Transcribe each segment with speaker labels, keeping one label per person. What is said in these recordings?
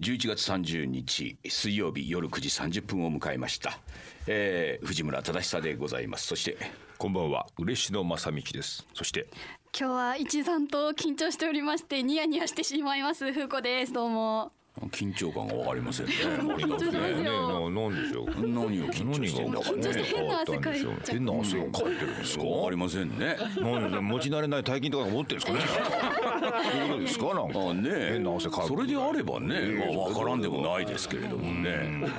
Speaker 1: 11月30日水曜日夜9時30分を迎えました、えー、藤村忠久でございますそして
Speaker 2: こんばんは、嬉野正道です。そして、
Speaker 3: 今日は一段と緊張しておりましてニヤニヤしてしまいますふうこですどうも
Speaker 1: 緊張感がわかりま せんね
Speaker 3: 本当ですよ
Speaker 2: ね、ななんでしょう。
Speaker 1: 何を緊張してんだか
Speaker 3: 緊張して変な汗かいちゃって
Speaker 2: 変な汗をかいてるんですか。
Speaker 1: わかりませんね
Speaker 2: なんで持ち慣れない大金とか持ってるんです かね。そういうことですかなんか。
Speaker 1: あねえ
Speaker 2: 変な汗かいて
Speaker 1: それであればね、まあ、分からんでもないですけれどもね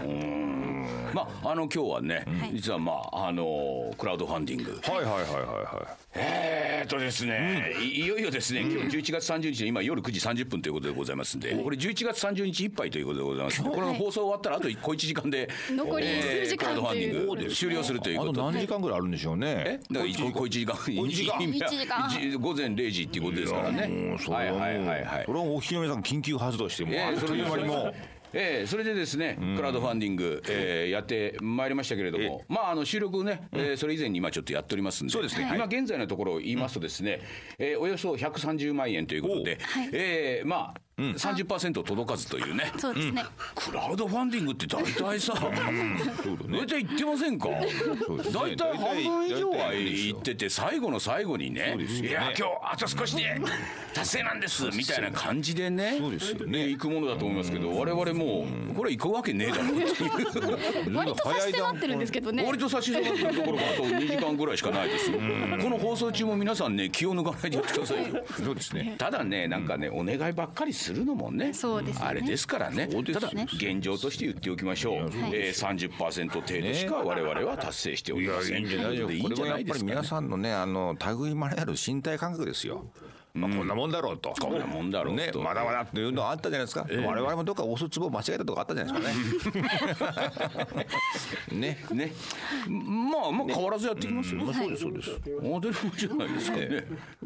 Speaker 1: うんまああの今日はね、実はまああのクラウドファンディング、
Speaker 2: はいはいはいはいは
Speaker 1: えーっとですね、いいよいよですね、今日11月30日で、今夜9時30分ということでございますんで、これ11月30日いっぱいということでございますんで、これの放送終わったら、あと小1時間で、
Speaker 3: 残り数時間
Speaker 1: クラウドファンディ
Speaker 3: と
Speaker 1: ン
Speaker 3: い
Speaker 1: グ終了するとい
Speaker 2: い。
Speaker 1: う
Speaker 2: あ
Speaker 1: ことと
Speaker 2: 何時間ぐらいあるんでしょう
Speaker 1: え
Speaker 2: ね。
Speaker 1: だから小小1時間、
Speaker 3: 一時間
Speaker 1: じ午前0時っていうことですから
Speaker 2: も
Speaker 1: ね
Speaker 2: う。そ
Speaker 1: は
Speaker 2: れ
Speaker 1: い
Speaker 2: はもう、
Speaker 1: はいはいはい
Speaker 2: こ。れはお披露目さん緊急発動してもう、
Speaker 1: え
Speaker 2: あ
Speaker 1: え
Speaker 2: っ
Speaker 1: そ
Speaker 2: と
Speaker 1: れ
Speaker 2: い
Speaker 1: で
Speaker 2: う間にもう。
Speaker 1: ええそれでですね、クラウドファンディング、ええやってまいりましたけれども、まあ、あの収録ね、ええそれ以前に今ちょっとやっておりますんで、
Speaker 2: そうですね
Speaker 1: 今現在のところを言いますとですね、ええおよそ130万円ということで、ええまあ、30%届かずというね、
Speaker 3: そうですね、
Speaker 1: クラウドファンディングって大体さ、
Speaker 2: そうだね
Speaker 1: 大体言ってませんか
Speaker 2: そうですね
Speaker 1: 大体半分以上
Speaker 2: 大
Speaker 1: は
Speaker 2: 体
Speaker 1: 言ってて最後の最後にね
Speaker 2: うですよ
Speaker 1: い
Speaker 2: ね
Speaker 1: や今日あと少しで達成なんです」みたいな感じでね
Speaker 2: そうですよ
Speaker 1: ね行くものだと思いますけど我々もうこれ行くわけねえだろうっていう
Speaker 3: 割と差し迫ってるんですけどね
Speaker 1: 割と差し迫ってるところがあと2時間ぐらいしかないですよこの放送中も皆さんね気を抜かないでやってくださいよ。
Speaker 2: そうですね。
Speaker 1: ただねなんかね、お願いばっかりするのもね
Speaker 3: そうですね
Speaker 1: あれですからね
Speaker 2: そうです
Speaker 1: た
Speaker 2: ね
Speaker 1: だ現状として言っておきましょう、えー、30%程度しか我々は達成しておりません、ということでいい
Speaker 2: こ
Speaker 1: ん
Speaker 2: れ
Speaker 1: じ
Speaker 2: も
Speaker 1: ゃ
Speaker 2: や
Speaker 1: な
Speaker 2: っ
Speaker 1: いで
Speaker 2: ぱり
Speaker 1: すか、
Speaker 2: 皆
Speaker 1: ね、
Speaker 2: さんのねあの類まれなる身体感覚ですよ。まあこんなもんだろうと。こ
Speaker 1: んなもんだろうと
Speaker 2: ね。まだまだっていうのはあったじゃないですか。我々もどっか押すツボ間違えたとこあったじゃないですかね。ね。
Speaker 1: ね、まあまあ変わらずやっていきますよ、
Speaker 2: そうですそうです。
Speaker 1: 当たり前じゃないですかね、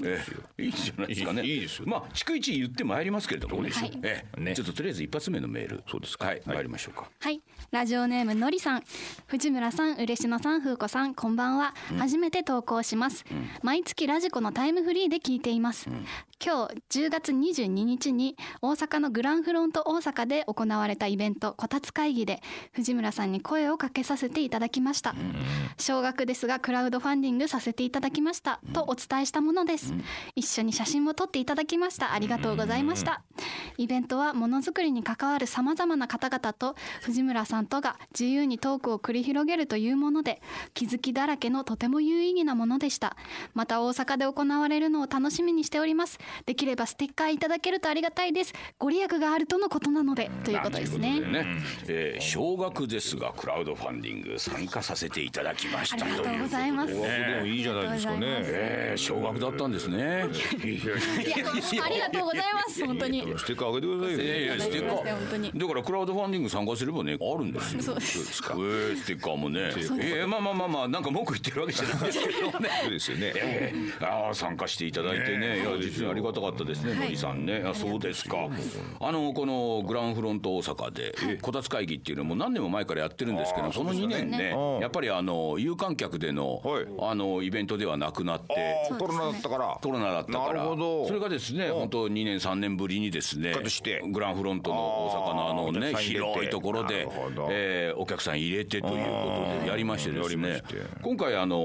Speaker 1: ええいいんじゃないですかね
Speaker 2: いいいいですよ
Speaker 1: まあ逐一言ってまいりますけれどもね
Speaker 3: うでしょうはい
Speaker 1: ええ
Speaker 2: ね
Speaker 1: ちょっととりあえず一発目のメール
Speaker 2: そうですか
Speaker 1: はい参りましょうか、
Speaker 3: はいラジオネームのりさん藤村さん嬉野さん風子さんこんばんは、初めて投稿します、毎月ラジコのタイムフリーで聞いています、今日10月22日に大阪のグランフロント大阪で行われたイベントこたつ会議で藤村さんに声をかけさせていただきました、少額ですがクラウドファンディングさせていただきましたとお伝えしたものです、一緒に写真も撮っていただきましたありがとうございました、イベントはものづくりに関わるさまざまな方々と藤村さんとが自由にトークを繰り広げるというもので気づきだらけのとても有意義なものでしたまた大阪で行われるのを楽しみにしておりますできればステッカーいただけるとありがたいですご利益があるとのことなのでということですね
Speaker 1: ねええ少額ですがクラウドファンディング参加させていただきまし
Speaker 3: あ
Speaker 1: た
Speaker 3: りがとうございます、
Speaker 2: でもいいじゃないですか
Speaker 3: ありがとうござ
Speaker 2: ね。
Speaker 3: い
Speaker 1: ええ、少額だったんです ね。
Speaker 3: いやありがとうございます本当に
Speaker 2: ステッカーあげてくださいよ。
Speaker 1: いやいやステッカ
Speaker 3: いただきましたよ本当
Speaker 1: ー
Speaker 3: に
Speaker 1: だからクラウドファンディング参加すればねあるんですよ
Speaker 3: そうです
Speaker 1: かえーステッカーもねえーまあまあまあまあなんか文句言ってるわけじゃないですけどね
Speaker 2: そうですよね。
Speaker 1: えーああ参加していただいてねいや実にありがたかったですね
Speaker 3: はい
Speaker 1: 森さんねあそうですかあのこのグランフロント大阪でこたつ会議っていうのも何年も前からやってるんですけどその2年ね
Speaker 2: うん
Speaker 1: やっぱりあの有観客での
Speaker 2: はい
Speaker 1: あのイベントではなくなって
Speaker 2: ああコロナだったから。
Speaker 1: コロナだったから
Speaker 2: なるほど。
Speaker 1: それがですね本当2年3年ぶりにですね
Speaker 2: 復活して
Speaker 1: グランフロントの大阪のあのね
Speaker 2: お客さん入れて
Speaker 1: 広いところ
Speaker 2: な
Speaker 1: で
Speaker 2: るほど、
Speaker 1: えーお客さん入れてということでやりましてですね
Speaker 2: やりまして
Speaker 1: 今回あの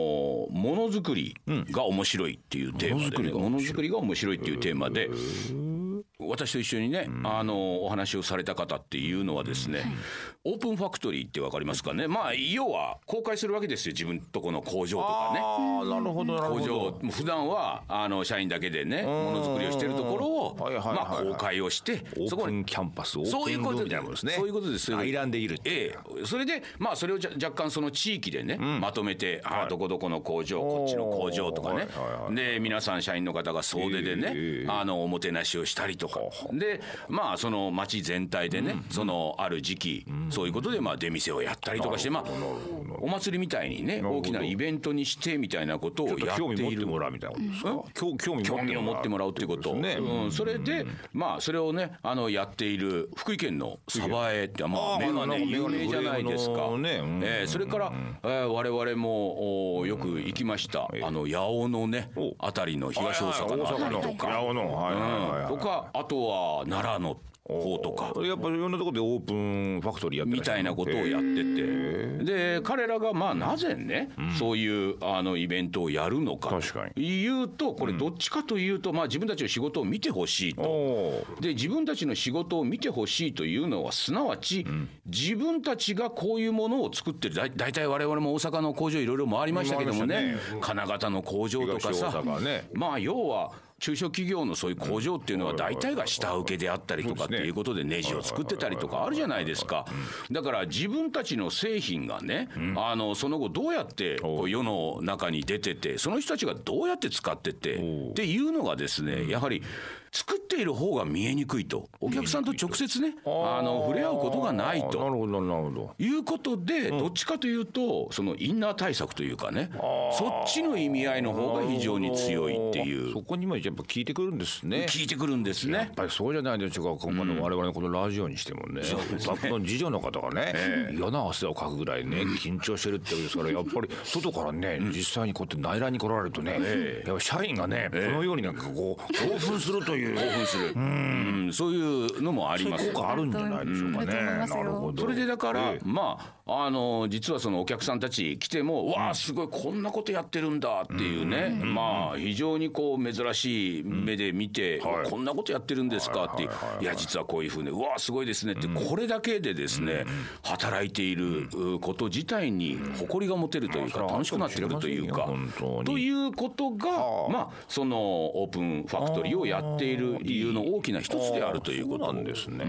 Speaker 1: ものづくりが面白いっていうテーマでねものづくりが面白いっていうテーマで私と一緒にね、あのお話をされた方っていうのはですね、オープンファクトリーってわかりますかねまあ要は公開するわけですよ自分とこの工場とかね。
Speaker 2: ああなるほどなる
Speaker 1: 工
Speaker 2: ほど。
Speaker 1: 場普段はあの社員だけでねものづくりをしているところを
Speaker 2: はいはいはい
Speaker 1: まあ
Speaker 2: はい
Speaker 1: 公開をして
Speaker 2: オ
Speaker 1: そ
Speaker 2: ー
Speaker 1: こ
Speaker 2: プ
Speaker 1: に
Speaker 2: ンキャンパスオープン
Speaker 1: そういうこと
Speaker 2: みたいなもんですね。
Speaker 1: そういうことですそういうことです
Speaker 2: 内覧できるっていう。
Speaker 1: ええ、それで、まあ、それをじゃ若干その地域でね、まとめて、ああどこどこの工場、こっちの工場とかね、
Speaker 2: はいはいはい
Speaker 1: で皆さん、社員の方が総出でね、
Speaker 2: ええ
Speaker 1: あのおもてなしをしたりとか、で、まあ、その町全体でね、そのある時期、そういうことで、まあ、出店をやったりとかして、まあ、お祭りみたいにね、
Speaker 2: ほど
Speaker 1: 大きなイベントにしてみたいなことをや
Speaker 2: ちょっと興
Speaker 1: って
Speaker 2: 味持
Speaker 1: い
Speaker 2: って
Speaker 1: る。
Speaker 2: もらうみたいなことですか。興興味
Speaker 1: 興味を持ってもらうっていうこと、
Speaker 2: ね
Speaker 1: うん、それで、まあ、それをね、あのやっている福井県の鯖江って、まあ、
Speaker 2: あ
Speaker 1: メガ
Speaker 2: な
Speaker 1: ネ
Speaker 2: んか
Speaker 1: 有名じゃないです
Speaker 2: メガネ
Speaker 1: か。
Speaker 2: のねうん
Speaker 1: えーそれから、えー我々もおーよく行きました、あの八尾のね
Speaker 2: お、
Speaker 1: あたりの東大阪のあたりと
Speaker 2: はいはい大阪の
Speaker 1: か、
Speaker 2: 八尾のはいはいはいはい
Speaker 1: うんとか、あとは奈良の。法とか
Speaker 2: やっぱいろんなところでオープンファクトリーやってら
Speaker 1: み
Speaker 2: っしゃ
Speaker 1: たい
Speaker 2: る
Speaker 1: なことをやっててで彼らがまあなぜね、そういうあのイベントをやるのか
Speaker 2: 確か
Speaker 1: というとこれどっちかというと、まあ、自分たちの仕事を見てほしいと。
Speaker 2: お
Speaker 1: で自分たちの仕事を見てほしいというのはすなわち、自分たちがこういうものを作ってるだい大体我々も大阪の工場いろいろ回りましたけども
Speaker 2: 回り
Speaker 1: ね
Speaker 2: ましたね
Speaker 1: 金型の工場とか
Speaker 2: 東大
Speaker 1: さ
Speaker 2: 阪ね
Speaker 1: まあ要は中小企業のそういう工場っていうのは大体が下請けであったりとかっていうことでネジを作ってたりとかあるじゃないですかだから自分たちの製品がねあのその後どうやってこう世の中に出ててその人たちがどうやって使っててっていうのがですねやはり作っている方が見えにくいとお客さんと直接ねあの触れ合うことがないと
Speaker 2: なるほどなるほど
Speaker 1: いうことで、どっちかというと、そのインナー対策というかね、そっちの意味合いの方が非常に強いってい、
Speaker 2: そうこにもやっぱ聞いてくるんですね
Speaker 1: 聞いてくるんです
Speaker 2: やっ
Speaker 1: ね。
Speaker 2: ぱりそうじゃないでしょうか、今回の我々のこのラジオにしてもね、学の次女の方がね、嫌な汗をかくぐらいね、緊張してるってわけですから、やっぱり外からね、実際にこうやって内覧に来られるとね、やっぱ社員がね、このようになんかこう、興奮するという、興奮する、
Speaker 1: うん、そういうのもあります
Speaker 2: 効。果あるんじゃないでしょうかね。
Speaker 4: うん
Speaker 2: なるほど。
Speaker 1: それでだから、
Speaker 2: え
Speaker 1: まあ、あの実はそのお客さんたち来ても、わあ、すごい、こんなことやってるんだっていうね、まあ、非常にこう珍しい目で見て、
Speaker 2: はい
Speaker 1: こんなことやってるんですかっていう、いや、実はこういうふうに、うわあ、すごいですねって、これだけでですね、働いているうこと自体に誇りが持てるというか、
Speaker 2: まあ
Speaker 1: 楽しくなってくるという
Speaker 2: それは
Speaker 1: か
Speaker 2: あるかもしれませんよ本当に。
Speaker 1: ということが、まあ、そのオープンファクトリーをやっている理由の大きな一つであるということ
Speaker 2: そうなんですね、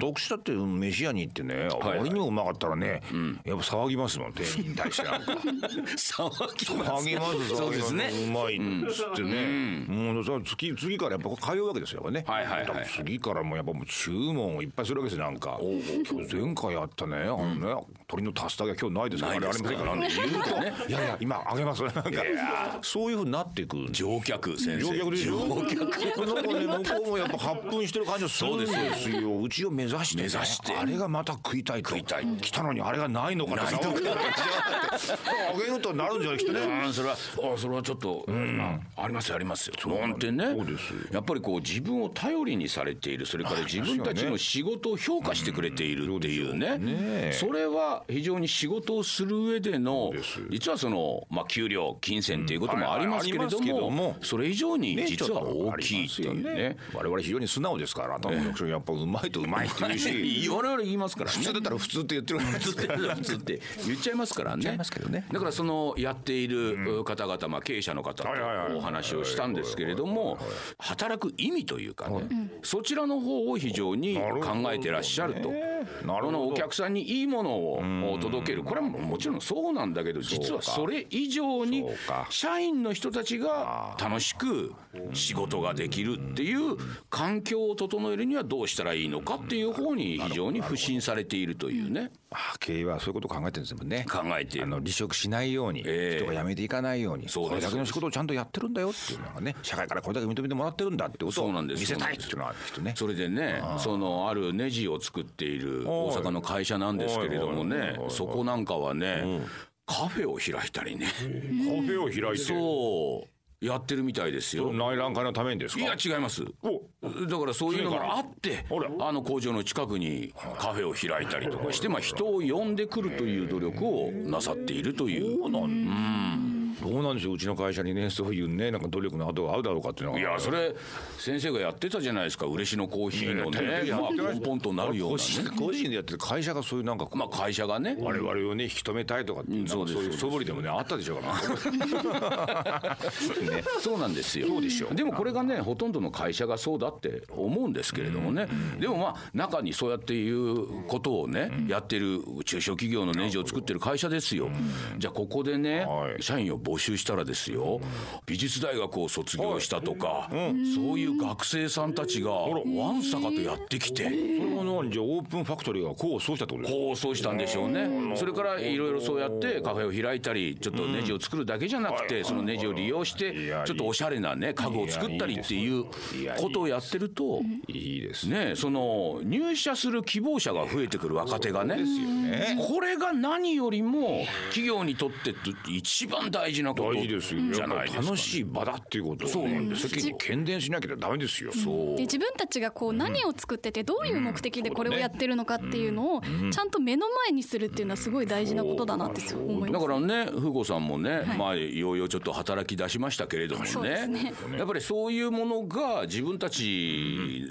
Speaker 2: 私だって飯屋に行ってねあまりにもうまかったらね、やっぱ騒ぎますもん店員に対してなんか
Speaker 1: 騒ぎ
Speaker 2: 騒ぎます騒ぎます
Speaker 1: そうですね
Speaker 2: うまいっつってね、もうそれは次次からやっぱ通うわけですよやっぱ
Speaker 1: は
Speaker 2: ね、
Speaker 1: いはいはい
Speaker 2: だから次からもうやっぱもう注文をいっぱいするわけですよなんか今日前回やったねあのね、鶏の竜田揚げ今日ないですからあれありませんからね
Speaker 1: 言うと ね
Speaker 2: いやいや今あげますなんかそういうふうになっていくんです
Speaker 1: 乗客先生
Speaker 2: 乗客でしょなんかね向こうもやっぱ発奮してる感じがするんですようちを目指して,、
Speaker 1: 目指して
Speaker 2: あれがまた食いたいと
Speaker 1: 食いたい
Speaker 2: 来たのにあれがないのかなないのかあげるとなるんじゃないきっとね
Speaker 1: うんそれはあそれはちょっと、まあ、ありますよありますよなんてね
Speaker 2: そうですよ
Speaker 1: やっぱりこう自分を頼りにされているそれから自分たちの仕事を評価してくれているっていうね,、
Speaker 2: ねえ
Speaker 1: それは非常に仕事をする上での
Speaker 2: です
Speaker 1: 実はその、まあ、給料金銭ということ
Speaker 2: うん
Speaker 1: もありますけれど
Speaker 2: ありますけ
Speaker 1: も,、
Speaker 2: ども
Speaker 1: それ以上に
Speaker 2: ね
Speaker 1: 実は大きいっていうね。
Speaker 2: 我々非常に素直ですから頭の役所やっぱうまいとうまいって言うし
Speaker 1: 我々 言いますからね
Speaker 2: 普通だったら普通って言ってるから
Speaker 1: 普通って普通って言っちゃいますからね。
Speaker 2: 言っちゃいますけどね
Speaker 1: だからそのやっている方々、まあ経営者の方と
Speaker 2: はいはいはい
Speaker 1: お話をしたんですけれども、働く意味というかね、そちらの方を非常に考えてらっしゃると。
Speaker 2: なる
Speaker 1: こ
Speaker 2: ほど
Speaker 1: のお客さんにいいものを届ける、これはもちろんそうなんだけど、実はそれ以上に
Speaker 2: そうか
Speaker 1: 社員の人たちが楽しく仕事ができるっていう環境を整えるにはどうしたらいいのかっていう方に非常に不信されているというね、
Speaker 2: ああ経営はそういうことを考えてるんですもんね
Speaker 1: 考えてい
Speaker 2: あ
Speaker 1: る。
Speaker 2: の離職しないように、
Speaker 1: ええ
Speaker 2: 人が辞めていかないように
Speaker 1: そうです
Speaker 2: これだけの仕事をちゃんとやってるんだよっていうのがね社会からこれだけ認めてもらってるんだってこと
Speaker 1: そうな
Speaker 2: を
Speaker 1: んです
Speaker 2: 見せたいっていうのはきっとね
Speaker 1: それでね、そのあるネジを作っている大阪の会社なんですけれども
Speaker 2: はいはい
Speaker 1: ね
Speaker 2: はいは、い
Speaker 1: そこなんかはね、カフェを開いたりね、
Speaker 2: フェを開い
Speaker 1: そう、やってるみたいですよ。
Speaker 2: 内覧会のためにです
Speaker 1: いや違いますだからそういうのがあって
Speaker 2: あら
Speaker 1: あの工場の近くにカフェを開いたりとかして、まあ、人を呼んでくるという努力をなさっているという
Speaker 2: そうなんどうなんでしょううちの会社にねそういうねなんか努力の跡が合うだろうかっていうのが
Speaker 1: いやそれ先生がやってたじゃないですか嬉野コーヒーのね、まあ、ポンポンとなるような
Speaker 2: 個
Speaker 1: ね、
Speaker 2: 人個人でやってる会社がそういうなんかこう
Speaker 1: まあ、会社がね
Speaker 2: 我々をね引き止めたいとかっていうなんか
Speaker 1: そ
Speaker 2: そうう
Speaker 1: です
Speaker 2: いう素振りでもねあったでしょうから
Speaker 1: そうなんですよでもこれがねほとんどの会社がそうだって思うんですけれどもね、でもまあ中にそうやっていうことをね、やってる中小企業のネジを作ってる会社ですよ、じゃあここでね、
Speaker 2: はい
Speaker 1: 社員を募集したらですよ美術大学を卒業したとか、そういう学生さんたちがわんさかとやってきて。
Speaker 2: それもなんじゃあオープンファクトリーがこうそうしたってことですか
Speaker 1: 構想したんでしょうね。それからいろいろそうやってカフェを開いたり、ちょっとネジを作るだけじゃなくて、そのネジを利用して
Speaker 2: いやいい
Speaker 1: ちょっとおしゃれなね家具を作ったりっていう
Speaker 2: いやいいですね
Speaker 1: ことをやってると。
Speaker 2: いいです
Speaker 1: ね、その入社する希望者が増えてくる若手がね
Speaker 2: ね
Speaker 1: これが何よりも企業にとってと一番大事なこと
Speaker 2: 大事ですよ、
Speaker 1: じゃないですか、ね、
Speaker 2: 楽しい場だっていうことを、ね、そう責任喧伝しなきゃダメですよ、
Speaker 1: そう
Speaker 4: で自分たちがこう何を作っててどういう目的でこれをやってるのかっていうのをちゃんと目の前にするっていうのはすごい大事なことだなって思いま
Speaker 1: だ
Speaker 4: す。
Speaker 1: からね、風子さんもね、
Speaker 4: い
Speaker 1: まあ、ようようちょっと働き出しましたけれども
Speaker 4: そうで
Speaker 1: ね。
Speaker 4: すね
Speaker 1: やっぱりそういうものが自分たち、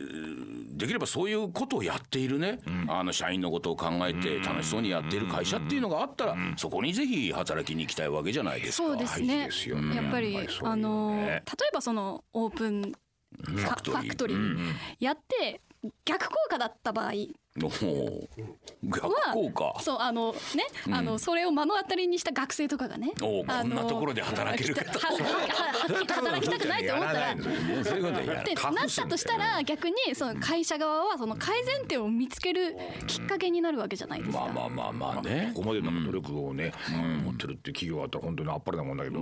Speaker 1: できればそういうことをやっているね、あの社員のことを考えて楽しそうにやっている会社っていうのがあったら、そこにぜひ働きに行きたいわけじゃないですか。
Speaker 4: そうですね
Speaker 2: 大事ですよね
Speaker 4: やっぱり、
Speaker 2: やっぱりそういう
Speaker 4: あの
Speaker 2: ね
Speaker 4: 例えばそのオープンかフ
Speaker 1: ファクトリー
Speaker 4: ァクトリー、やって逆効果だった場合
Speaker 1: おー逆効果。
Speaker 4: そうあのね、あのそれを目の当たりにした学生とかがね
Speaker 1: おう
Speaker 4: あの
Speaker 1: こんなところで働けるかと
Speaker 4: ははは働きたくないと思ったら
Speaker 2: やないのよ ね
Speaker 1: そういうこと や
Speaker 4: ってなったとしたら逆にその会社側はその改善点を見つけるきっかけになるわけじゃないですか。
Speaker 1: まあまあまあまあね。
Speaker 2: ここまでなんか努力をね、持ってるって企業があったら本当にあっぱれなもんだけど、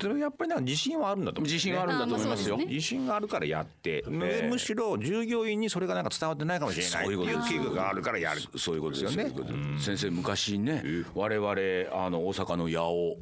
Speaker 2: それはやっぱりなんか自信はあるんだと思う、
Speaker 1: 自信はあるんだと思いますよ
Speaker 4: あまあそうですね
Speaker 2: 自信があるからやって、
Speaker 1: ええ
Speaker 2: むしろ従業員にそれがなんか伝わってないかもしれない
Speaker 1: そういうことです
Speaker 2: っていう危惧があるからやる
Speaker 1: そういうことですよ
Speaker 2: そうい
Speaker 1: ね
Speaker 2: うこと。
Speaker 1: 先生昔ね、我々あの大阪の八尾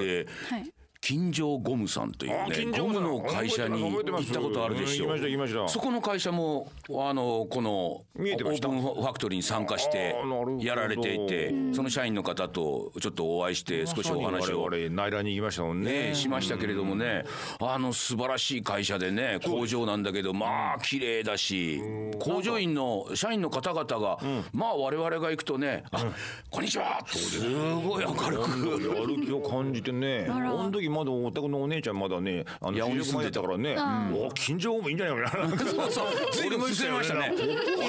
Speaker 1: で
Speaker 4: はい
Speaker 1: 金城ゴムさんとい
Speaker 2: あ
Speaker 1: う
Speaker 2: 金
Speaker 1: ね
Speaker 2: 城
Speaker 1: ゴ
Speaker 2: ゴム
Speaker 1: ム
Speaker 2: さん
Speaker 1: の会社に
Speaker 2: 覚えて
Speaker 1: 行
Speaker 2: ま
Speaker 1: っ
Speaker 2: す
Speaker 1: たことあるでしょ。
Speaker 2: うん行きました行きました
Speaker 1: そこの会社もあのこのオ
Speaker 2: 見えてま
Speaker 1: ー
Speaker 2: し
Speaker 1: プ
Speaker 2: た
Speaker 1: ンファクトリーに参加して
Speaker 2: あーなるほど
Speaker 1: やられていて、その社員の方とちょっとお会いして少しお話を
Speaker 2: 我々内覧に行きましたもんね
Speaker 1: ね、しましたけれどもね、あの素晴らしい会社でね、工場なんだけど、まあ綺麗だし、工場員の社員の方々が、まあ我々が行くとね、あこんにちはすごい明るく。
Speaker 2: やる気を感じてね、あ
Speaker 4: ら
Speaker 2: の時まだお宅のお姉ちゃんまだね、あの
Speaker 1: 八百屋に住
Speaker 2: 主力
Speaker 1: ん
Speaker 2: ま
Speaker 1: で
Speaker 2: で
Speaker 1: た
Speaker 2: たからね、お近所もいいんじゃない かな。
Speaker 1: そうそう、ずいぶん進みましたね。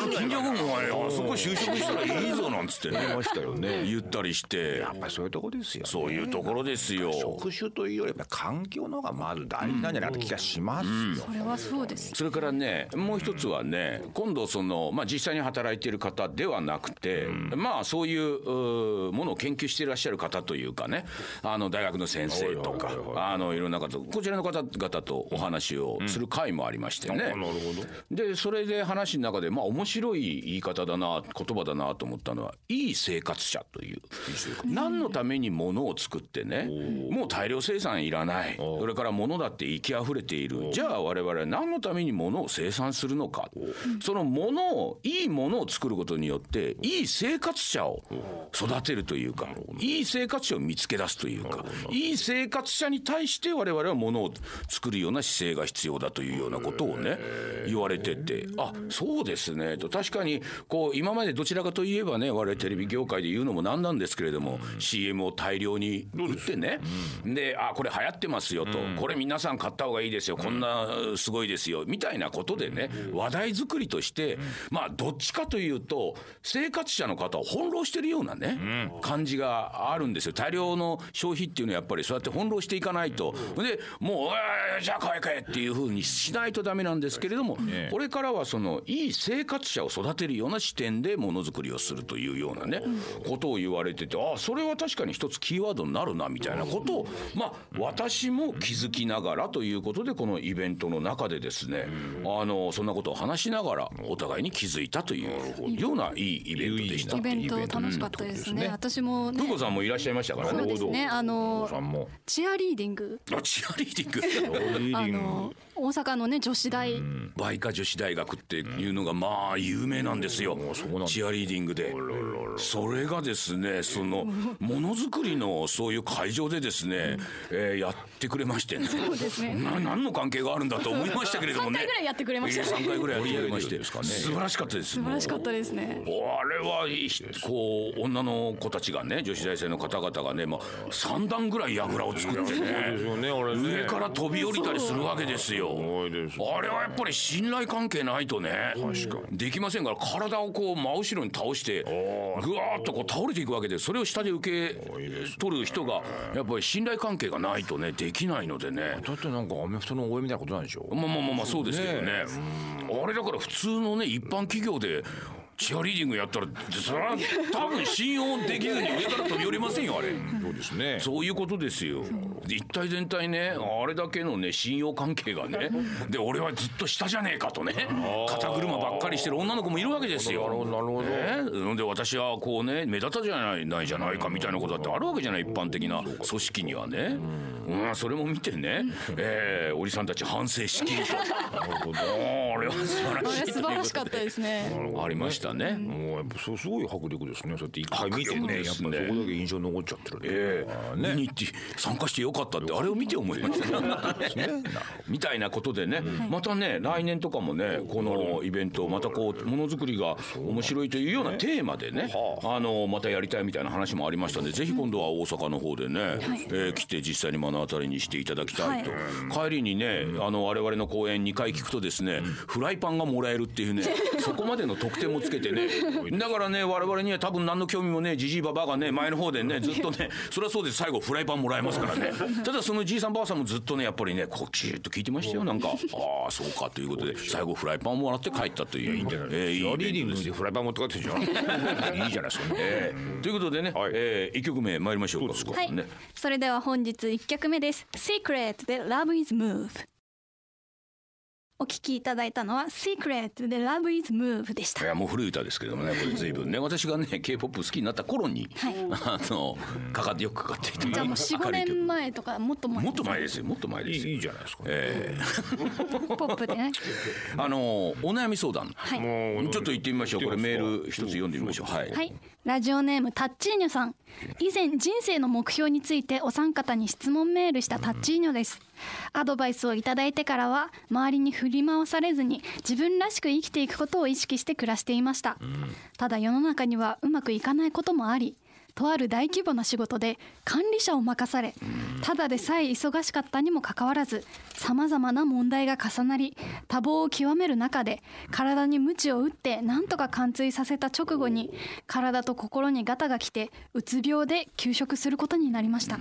Speaker 1: 俺金城君はあそこ就職したらいいぞなんつってね
Speaker 2: 思いましたよね
Speaker 1: 言ったりして
Speaker 2: や、っぱりそういうとこですよ、ね。
Speaker 1: そういうところですよ。
Speaker 2: 職種というよりは環境の方がまず大事なんじゃないかって気がしますよ。
Speaker 4: これはそうです。
Speaker 1: それからね、もう一つはね、今度その、まあ、実際に働いている方ではなくて、まあ、そういううーものを研究していらっしゃる方というかね、あの大学の先生とか、あのいろんな方、こちらの方々とお話をする会もありましてね。
Speaker 2: なるほど。
Speaker 1: で、それで話の中で、まあ、面白い言い方だな、言葉だなと思ったのは、いい生活者という。何のために物を作ってね、もう大量生産いらない。それから物だって生き溢れている。じゃあ我々は何のために物を生産するのか。その物を、いいものを作ることによって、いい生活者を育てるというか、いい生活者を見つけ出すというか、いい生活者に対して我々は物を作るような姿勢が必要だというようなことをね、言われてて、あ、そうですね、と。確かに、こう、今までどちらかといえばね、我々テレビ業界で言うのもなんなんですけれども、CM を大量に売ってね、で、あ、これ流行ってますよと、これ皆さん買った方がいいですよ、こんなすごいですよ、みたいなことでね、話題作りとして、まあ、どっちかというと、生活者の方を翻弄してるようなね、感じがあるんですよ。大量の消費っていうのはやっぱりそうやって翻弄していかないと。で、もう、えーじゃあ買え買えっていうふうにしないとダメなんですけれども、これからはその、いい生活者を育てるような視点でものづくりをするというようなね、ことを言われてて、あ、それは確かに一つキーワードになるな、みたいなことを、まあ、私も気づきながらということで、このイベントの中でですね、あの、そんなことを話しながら、お互いに気づいたというようないいイベントでした
Speaker 4: イ。ベント楽しかったですね。私も
Speaker 1: ふう
Speaker 4: ね
Speaker 1: こ、さんもいらっしゃいましたから
Speaker 4: そう
Speaker 1: ね。
Speaker 4: ですね。あの
Speaker 2: さんも。
Speaker 4: チアリーディング、
Speaker 1: あチアリーディング。
Speaker 4: あの大阪のね女子大、
Speaker 1: 梅花女子大学っていうのがまあ有名なんですよ、チアリーディングでそれがですねそのものづくりのそういう会場でですね、えーやってくれましてね
Speaker 4: そうですね
Speaker 1: な何の関係があるんだと思いましたけれども
Speaker 4: 三
Speaker 1: ね
Speaker 4: 回ぐらいやってくれましたね
Speaker 1: いや三回ぐらいやってくれまし
Speaker 2: 盛り上げてるん
Speaker 1: て
Speaker 2: ですかね
Speaker 1: 素晴らしかったです
Speaker 4: 素晴らしかったですね。
Speaker 1: あれはいいこう女の子たちがね女子大生の方々がね、まあ、3段ぐらい櫓を作って
Speaker 2: です
Speaker 1: ね
Speaker 2: よね、俺ね。
Speaker 1: 上から飛び降りたりするわけですよ。
Speaker 2: すごいですね
Speaker 1: あれはやっぱり信頼関係ないとね、できませんから、体をこう真後ろに倒して、ぐわーっとこう倒れていくわけで、それを下で受け取る人が、やっぱり信頼関係がないとね、できないのでね。
Speaker 2: だってなんかアメフトの応援みたいなことなんでしょ
Speaker 1: まあまあまあまあそうですけどね。うんあれだから普通のね、一般企業で、チアリーディングやったら、それは多分信用できずに上から飛び降りませんよ、あれ。
Speaker 2: そうですね。
Speaker 1: そういうことですよ。一体全体ね、あれだけのね、信用関係がね、で、俺はずっと下じゃねえかとね、肩車ばっかりしてる女の子もいるわけですよ。
Speaker 2: なるほどなるほ
Speaker 1: ね
Speaker 2: ど
Speaker 1: うので私はこうね目立たじゃないないじゃないかみたいなことだってあるわけじゃない一般的な組織にはね、うん、それも見てね、えー、おじさんたち反省しきりとも うあれは素晴ら
Speaker 4: あ
Speaker 1: しい
Speaker 4: れ素晴らしかったです ね。
Speaker 1: ありましたね。
Speaker 2: もうやっぱそうすごい迫力ですね。そうやって一回見て
Speaker 1: 迫力
Speaker 2: ね、
Speaker 1: で
Speaker 2: やっぱ
Speaker 1: す
Speaker 2: そ
Speaker 1: ね
Speaker 2: こだけ印象残っちゃってるってい
Speaker 1: え
Speaker 2: うか
Speaker 1: え見に行って参加してよかったってあれを見て思いましたね みたいなことでね、またね来年とかもねこのイベントをまたこうものづくりが面白いというようなテーマでねあのまたやりたいみたいな話もありましたんでぜひ今度は大阪の方でね、えー来て実際に目の当たりにしていただきたいと、帰りにねあの我々の公演2回聞くとですね、フライパンがもらえるって いうねそこまでの特典もつけて ねだからね我々には多分何の興味もねじじいばばあがね前の方でねずっとねそれはそうです最後フライパンもらえますから ねただそのじいさんばあさんもずっとねやっぱりねこうきちっと聞いてましたよなんかああそうかということで最後フライパンをもらって帰ったといういいんじゃない
Speaker 2: ええ、リーディングでフライパン持って帰ってきてじゃん。 いいじゃないですかね。
Speaker 1: ということでね、
Speaker 2: はい
Speaker 1: えー、1曲目参りましょうか
Speaker 2: そうです
Speaker 3: はい
Speaker 1: ね、
Speaker 3: それでは本日1曲目です「Secret」で「Love is Move」お聴きいただいたのは「Secret」で「Love is Move」でし
Speaker 1: い
Speaker 3: た
Speaker 1: やもう古い歌ですけどもねこれ随分ね私がね k p o p 好きになった頃に、
Speaker 3: はい
Speaker 1: あのかかってよくかかっていた
Speaker 4: じゃあもう四五
Speaker 1: 明るい曲
Speaker 4: 年前とかもっと前
Speaker 1: もっと前ですよもっと前
Speaker 2: い
Speaker 1: です
Speaker 2: い
Speaker 1: よ
Speaker 2: いいじゃないですかね。
Speaker 1: え
Speaker 3: ポップ でね
Speaker 1: えあのお悩み相談、
Speaker 3: はい
Speaker 2: もう
Speaker 1: ちょっと言ってみましょうこれメール一つ読んでみましょうはい、
Speaker 3: はい、ラジオネームタッチーニョさん以前人生の目標についてお三方に質問メールしたタッチーニョですアドバイスをいただいてからは周りに振り回されずに自分らしく生きていくことを意識して暮らしていましたただ世の中にはうまくいかないこともありとある大規模な仕事で管理者を任されただでさえ忙しかったにもかかわらずさまざまな問題が重なり多忙を極める中で体に鞭を打ってなんとか貫通させた直後に体と心にガタが来てうつ病で休職することになりました。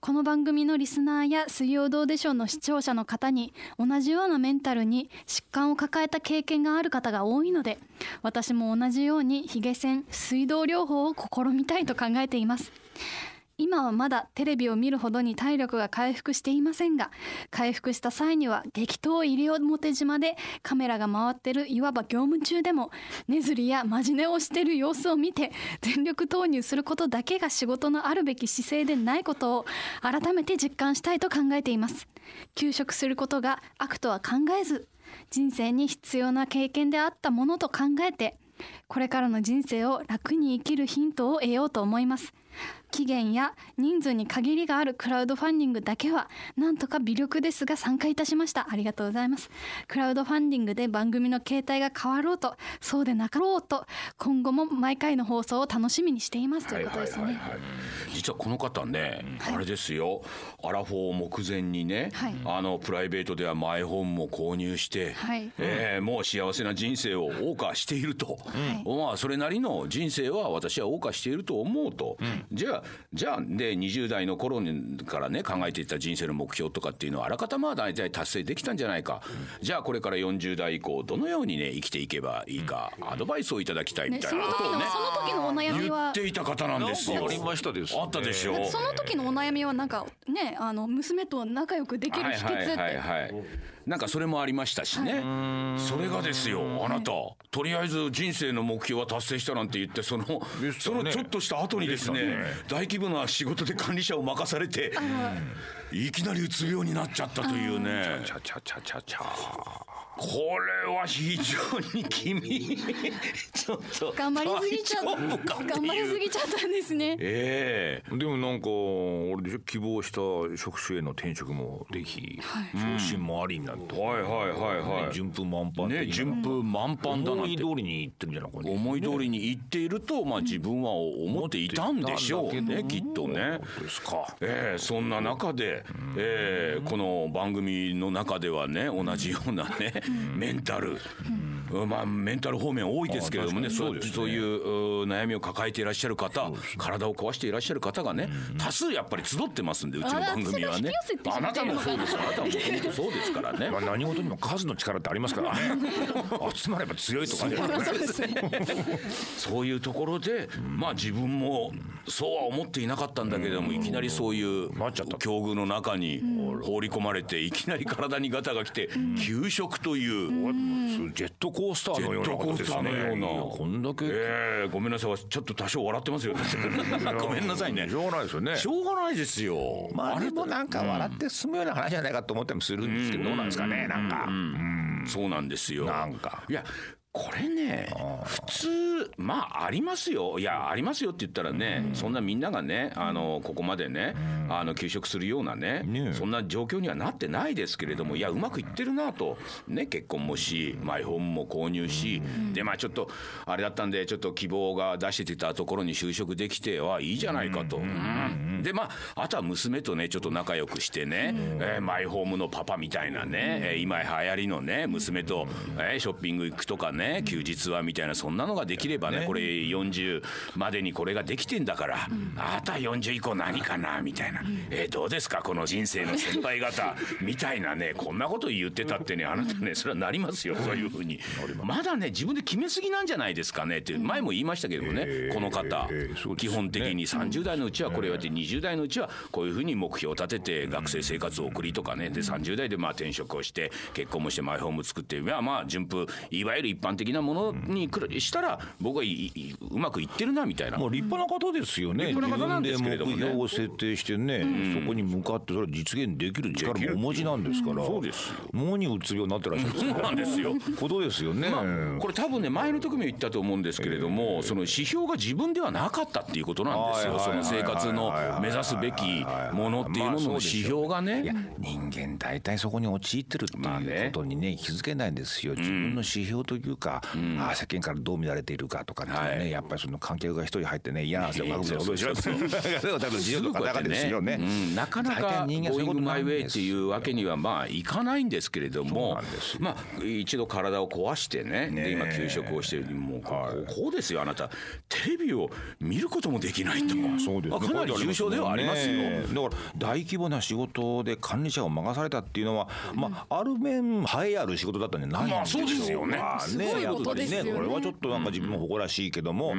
Speaker 3: この番組のリスナーや水曜どうでしょうの視聴者の方に同じようなメンタルに疾患を抱えた経験がある方が多いので私も同じようにヒゲ栓水道療法を試みたいと考えています今はまだテレビを見るほどに体力が回復していませんが回復した際には激闘西表島でカメラが回ってるいわば業務中でも根ずりや真ジネをしてる様子を見て全力投入することだけが仕事のあるべき姿勢でないことを改めて実感したいと考えています休職することが悪とは考えず人生に必要な経験であったものと考えてこれからの人生を楽に生きるヒントを得ようと思います期限や人数に限りがあるクラウドファンディングだけはなんとか微力ですが参加いたしましたありがとうございますクラウドファンディングで番組の形態が変わろうとそうでなかろうと今後も毎回の放送を楽しみにしていますということですね、
Speaker 1: 実はこの方ね、あれですよアラフォー目前にね、
Speaker 3: はい
Speaker 1: あのプライベートではマイホームも購入して、
Speaker 3: はい
Speaker 1: えーもう幸せな人生を謳歌していると、まあ、それなりの人生は私は謳歌していると思うと、じゃあじゃあで20代の頃にからね考えていた人生の目標とかっていうのはあらかたまあ大体達成できたんじゃないか、じゃあこれから40代以降どのようにね生きていけばいいか、アドバイスをいただきたいみ
Speaker 4: ね
Speaker 1: たい
Speaker 4: その
Speaker 1: なこと
Speaker 4: 時
Speaker 1: を
Speaker 4: の
Speaker 1: ね
Speaker 4: その時のお悩み
Speaker 1: 言
Speaker 4: は
Speaker 1: っていた方なんですよ。
Speaker 2: なんかありましたですね
Speaker 1: あったでしょう。
Speaker 4: その時のお悩みはなんかねあの娘と仲良くできる秘訣って、
Speaker 1: はいはいはいはい、なんかそれもありましたしね、それがですよあなた、とりあえず人生の目標は達成したなんて言ってその、
Speaker 2: です
Speaker 1: そ
Speaker 2: よね
Speaker 1: のちょっとした後にですね
Speaker 2: でしたね
Speaker 1: 大規模な仕事で管理者を任されていきなりうつ病になっちゃったというね
Speaker 2: チャチャチャチャチャ。
Speaker 1: これは非常に君ちょっと
Speaker 4: 頑張りすぎちゃっ
Speaker 1: 大
Speaker 4: た
Speaker 1: 丈夫かって
Speaker 4: 頑張り
Speaker 1: いう
Speaker 4: すぎちゃったんですね
Speaker 1: ええ
Speaker 2: でもなんか俺でしょ希望した職種への転職もでき、昇進もありになると。
Speaker 1: はいはいはいはい
Speaker 2: 順風満帆
Speaker 1: ね順風満帆だな
Speaker 2: 思
Speaker 1: ん
Speaker 2: い
Speaker 1: て
Speaker 2: 通りにいってるんじゃないかね。
Speaker 1: 思い通りに言っていると、まあ、自分は思っていたんでしょうねきっとね。
Speaker 2: ですか。
Speaker 1: ええそんな中で、ええこの番組の中ではね同じようなねメンタル、まあ、メンタル方面多いですけれどもね
Speaker 2: ああ確
Speaker 1: そ
Speaker 2: か
Speaker 1: う
Speaker 2: にそうですね
Speaker 1: そういうう悩みを抱えていらっしゃる方、体を壊していらっしゃる方がね、多数やっぱり集ってますんでうちの番組はねあ
Speaker 4: あな
Speaker 1: なた
Speaker 4: た
Speaker 1: も
Speaker 4: も
Speaker 1: そうですあなたもそうですそうですからね
Speaker 2: まあ。何事にも数の力ってありますからね。集まれば強いとかね。
Speaker 1: そういうところで、まあ自分もそうは思っていなかったんだけれども、いきなりそういう
Speaker 2: なっちゃった
Speaker 1: 境遇の中に放り込まれて、いきなり体にガタが来て、休職という。
Speaker 2: そうジェットコースターのようなことで
Speaker 1: ジェットコー
Speaker 2: すね
Speaker 1: スターのようない
Speaker 2: やこんだけ、
Speaker 1: ええごめんなさい、ちょっと多少笑ってます よ。ごめんなさいね
Speaker 2: し。ょうがないですよね
Speaker 1: しょうがないですよ。
Speaker 2: まあ、でもなんか笑って進むような話じゃないかと思ったりもするんですけど、どうなんですかね、なんか。
Speaker 1: そうなんですよ。
Speaker 2: なんか
Speaker 1: いやこれね普通まあありますよいやありますよって言ったらね、そんなみんながねあのここまでね、あの休職するようなね
Speaker 2: ねえ
Speaker 1: そんな状況にはなってないですけれどもいやうまくいってるなとね結婚もし、まあ、絵本も購入し、でまあちょっとあれだったんでちょっと希望が出してたところに就職できてはいいじゃないかと。うんでまああとは娘とねちょっと仲良くしてね、えーマイホームのパパみたいなね、えー今流行りのね娘と、えーショッピング行くとかね休日はみたいなそんなのができればねこれ40までにこれができてんだから、あとは40以降何かなみたいな、えーどうですかこの人生の先輩方みたいなねこんなこと言ってたってねあなたねそれはなりますよそういうふうにまだね自分で決めすぎなんじゃないですかねって前も言いましたけどね、この方、基本的に30代のうちはこれをやって20代のうちはこういうふうに目標を立てて学生生活を送りとかねで30代でまあ転職をして結婚もしてマイホーム作ってまあまあ順風いわゆる一般的なものにくるしたら僕はいいうまくいってるなみたいな
Speaker 2: もう立派な方ですよね。
Speaker 1: 立派な方なんですけれ
Speaker 2: 自
Speaker 1: ど
Speaker 2: 分
Speaker 1: も
Speaker 2: で
Speaker 1: ね
Speaker 2: 目標を設定してね、そこに向かってそれを実現できる力もお持ちなんですから。
Speaker 1: そうですよ
Speaker 2: 脳にうつ病になってらっしゃる
Speaker 1: そう なんですよ。
Speaker 2: ことですよね。
Speaker 1: これ多分ね前の時も言ったと思うんですけれども、その指標が自分ではなかったっていうことなんですよ
Speaker 2: はい
Speaker 1: そ
Speaker 2: はい
Speaker 1: の
Speaker 2: はい
Speaker 1: 生活の目指すべきものっていうものの指標がね、
Speaker 2: いや人間大体そこに陥ってるって
Speaker 1: まあ
Speaker 2: い
Speaker 1: ね
Speaker 2: うことにね気づけないんですよ、自分の指標というか、ああ世間からどう見られているかとかっていうね、
Speaker 1: はい
Speaker 2: やっぱりその観客が一人入ってね嫌な汗をかくみたいなことでしょ
Speaker 1: そうそう
Speaker 2: だから事情の
Speaker 1: こうや
Speaker 2: 方
Speaker 1: って
Speaker 2: 々ですよね
Speaker 1: うんなかなか
Speaker 2: 大
Speaker 1: 「
Speaker 2: 体人間そういう
Speaker 1: Going
Speaker 2: ことな
Speaker 1: my
Speaker 2: いん
Speaker 1: way」
Speaker 2: で
Speaker 1: って
Speaker 2: す
Speaker 1: い
Speaker 2: よ
Speaker 1: うわけにはまあいかないんですけれどもまあ一度体を壊してねで今休職をしてるもうこうこうですよあなたテレビを見ることもできないと
Speaker 2: そうです
Speaker 1: まあかなり重症ではありますよ。
Speaker 2: ねだから大規模な仕事で管理者を任されたっていうのは、まあある面栄えある仕事だったんじゃないんでしょう
Speaker 1: まあそ
Speaker 2: か
Speaker 1: うですよね
Speaker 2: まあ
Speaker 4: すごいことですよね
Speaker 2: やっぱりこれはちょっとなんか自分も誇らしいけども、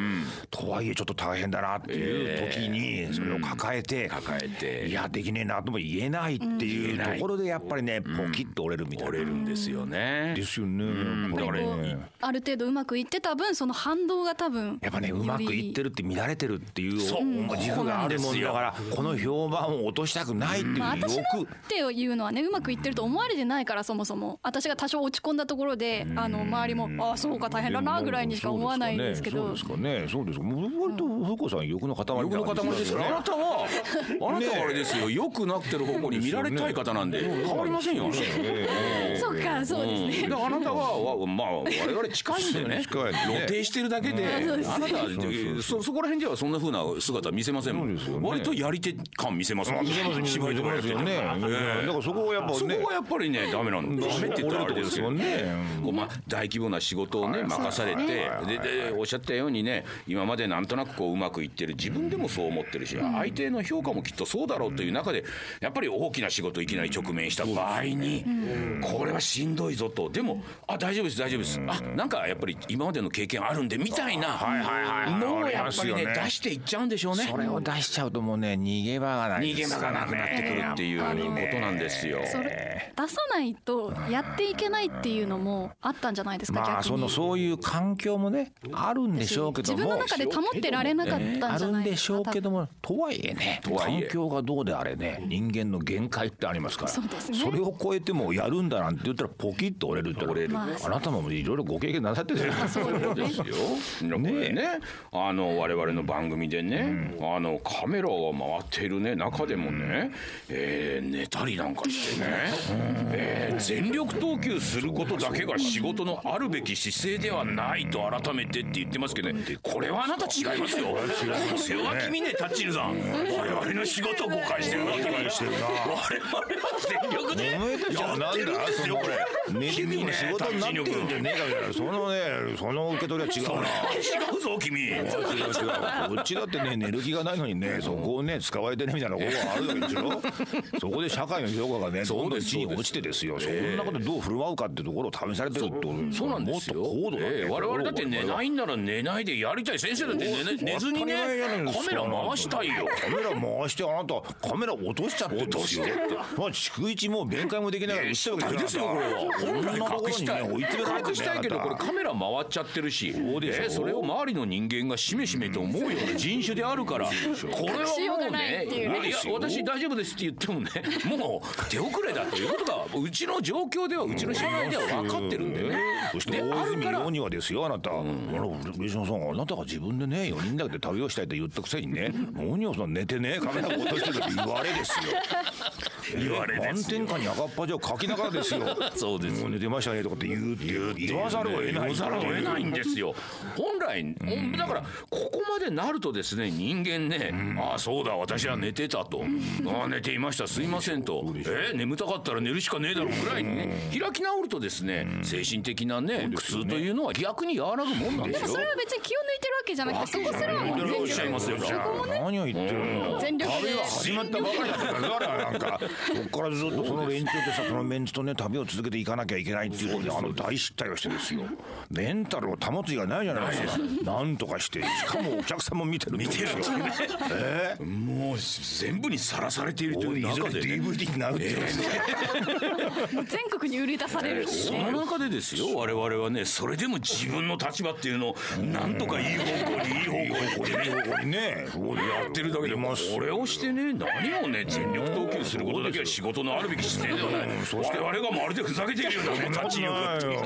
Speaker 2: とはいえちょっと大変だなっていう時にそれを抱えて、
Speaker 1: 抱えて
Speaker 2: いやできねえなとも言えないっていうところでやっぱりねポキッと折れるみたいな。
Speaker 1: 折れるんですよね
Speaker 2: で。すよね。これ
Speaker 4: こ
Speaker 2: は
Speaker 4: う
Speaker 2: ね
Speaker 4: ある程度うまくいってた分その反動が多分
Speaker 2: やっぱねうまくいって
Speaker 4: る
Speaker 2: るって見られてるっていう
Speaker 1: そう
Speaker 2: 自負があるもんだからこの評判を落としたくないっていう
Speaker 4: まあ、私のっ
Speaker 2: 欲
Speaker 4: ていうのはねうまくいってると思われてないからそもそも私が多少落ち込んだところであの周りも「ああそうか大変だな」ぐらいにしか思わないんですけ
Speaker 2: そう
Speaker 4: ど
Speaker 2: ですかね、そうですか。もう割と風子さん欲の塊み
Speaker 1: 欲
Speaker 2: たい
Speaker 1: の
Speaker 2: な感
Speaker 1: 塊
Speaker 2: じ
Speaker 1: ですから、あなたは、あなたはあれですよ、良くなってる方向に見られたい方なんで、変わりませんよ。あなた
Speaker 4: そうかそうですね、
Speaker 1: だからあなたはわまあ我々近いんだよね。
Speaker 2: 近いね
Speaker 1: 露呈してるだけで、
Speaker 4: そうですね
Speaker 1: あなたはそそこら辺ではそんな風な姿見せませんもん。
Speaker 2: そうですよね
Speaker 1: 割とやり手感見せますもん。芝居とかやってる
Speaker 2: よ
Speaker 1: から
Speaker 2: ね。だからそこはやっぱね、
Speaker 1: そこがやっぱりねダメなんだ。ダメって言ったらあれですけど
Speaker 2: 折れるとこですもんね
Speaker 1: こうまあ大規模な仕事をね任されて、ででおっしゃったようにね今までなんとなくこううまくいってる自分でもそう思ってるし、相手の評価もきっとそうだろうという中でやっぱり大きな仕事をいきなり直面した場合に、これはしんどいぞとでもあ大丈夫です大丈夫です、あなんかやっぱり今までの経験あるんでみたいなのをやっぱりね出していっちゃうんでしょうね。
Speaker 2: それを出しちゃうともうね逃げ場がない。
Speaker 1: 逃げ場がなくなってくるっていうことなんですよ。
Speaker 4: それ出さないとやっていけないっていうのもあったんじゃないですか、
Speaker 2: まあ
Speaker 4: 逆
Speaker 2: そ
Speaker 4: に
Speaker 2: のそういう環境もねあるんでしょうけ
Speaker 4: 自
Speaker 2: ども。
Speaker 4: 分の中で保ってられなかったんじゃな
Speaker 2: あ
Speaker 4: い
Speaker 2: るんで
Speaker 4: です
Speaker 2: し
Speaker 4: か
Speaker 2: ょうけどもとはいえね
Speaker 1: とはいえ
Speaker 2: 環境がどうであれね人間の限界ってありますから
Speaker 4: そうですね
Speaker 2: それを超えてもやるんだなんて言ったらポキッと折れるって折れ
Speaker 1: る
Speaker 4: まあ
Speaker 2: あなたもいろいろご経験なさっ てるじゃないです か
Speaker 1: そうですよ。これね、あの我々の番組でね、あのカメラが回っているね中でもね、えー寝たりなんかしてね、えー全力投球することだけが仕事のあるべき姿勢ではないと改めてって言ってますけどね、これはあなた違いますよ。この背書き峰タッチルさん、我々の仕事を誤解してるわけないしてるな。我々は全力で
Speaker 2: お前たちは
Speaker 1: やっ
Speaker 2: な
Speaker 1: て
Speaker 2: ん
Speaker 1: るん
Speaker 2: だ
Speaker 1: で
Speaker 2: そ
Speaker 1: す
Speaker 2: の
Speaker 1: よ
Speaker 2: こ
Speaker 1: これ。
Speaker 2: れ寝てみも仕事になってるんじゃねえかみたいなそのねその受け取りは違うな
Speaker 1: 違うぞ君。
Speaker 2: 違う違うこっちだってね寝る気がないのにねそこをね使われてねみたいなことがあるわけでしょそこで社会の評価がねどんどん地に落ちてですよそんなことどう振る舞うかってところを試されてるってことです
Speaker 1: そうなん
Speaker 2: も
Speaker 1: で
Speaker 2: っ
Speaker 1: す
Speaker 2: と
Speaker 1: よ。
Speaker 2: 高度な、
Speaker 1: ええ我々だって寝ないいんなら寝ないでやりたい先生だって寝ない寝ずにねカメラ回したいよ。
Speaker 2: カメラ回してあなたカメラ落としちゃってるんですよ
Speaker 1: 落と
Speaker 2: まあ逐一もう弁解もできないから一
Speaker 1: 大ですよこれは
Speaker 2: こんなところに
Speaker 1: 隠したい
Speaker 2: ね追い詰められてね
Speaker 1: 隠したいけど
Speaker 2: あな
Speaker 1: こ
Speaker 2: た
Speaker 1: れカメラ回っちゃってるしそ
Speaker 2: でしょ
Speaker 1: それを周りの人間がしめしめと思うような人種であるからこれは
Speaker 4: しよう
Speaker 1: も
Speaker 4: が
Speaker 1: う
Speaker 4: ない
Speaker 1: ね
Speaker 4: っていう
Speaker 1: いやいや私大丈夫ですって言ってもねもう手遅れだということがうちの状況ではうちの社内では分かってるんでね
Speaker 2: そして
Speaker 1: で
Speaker 2: 大
Speaker 1: ある
Speaker 2: 泉
Speaker 1: から
Speaker 2: 洋にはですよあなた、あら上島さんあなたが自分でね4人だけで旅をしたいと言ったくせにね大泉洋さん寝てねカメラ落としてるって言われです よ言われですよ満点下に赤っ端を書きながらですよ
Speaker 1: そうです
Speaker 2: もう寝てましたねとかって言うっていう言わざるを得ない
Speaker 1: 言わざるを得ないんですすよ。本来、だからここまでなるとですね人間ね、ああそうだ私は寝てたと、ああ寝ていましたすいませんと、えー眠たかったら寝るしかねえだろうぐらいにね、開き直るとですね、精神的なね苦痛というのは逆に和らぐもんなんで
Speaker 4: ですも
Speaker 1: よ
Speaker 4: そ。れは別に気を抜いてるわけじゃなくてそこすらはもう
Speaker 1: おっ
Speaker 4: 全
Speaker 1: しゃい
Speaker 4: 力
Speaker 1: ますよ。
Speaker 2: 何を言ってるんだ
Speaker 4: 全力
Speaker 2: 旅
Speaker 4: で
Speaker 2: が始まったばかりだったからなんかそっからずっとその連中ってさそのメンツとね旅を続けていかなきゃいけないっていうことであの大失態をしてですよメンタルを保つ以外ないじゃないですかなんとかしてしかもお客さんも見てる見てるええ
Speaker 1: もう全部にさらされていると
Speaker 2: お
Speaker 1: い
Speaker 2: いうず
Speaker 1: 中
Speaker 2: れ
Speaker 1: でね。
Speaker 2: DVD になるって言うんですよ
Speaker 4: 全国に売り出される
Speaker 1: その中でですよ我々はねそれでも自分の立場っていうのをなんとかいい方向にいい方向に
Speaker 2: これいい方向にねや
Speaker 1: やってるだけで
Speaker 2: ま
Speaker 1: も
Speaker 2: す
Speaker 1: これをしてね何をね全力投球することだけは仕事のあるべき姿勢ではない我々がまるでふざけているようなね立ちよ
Speaker 2: そんなことないよ。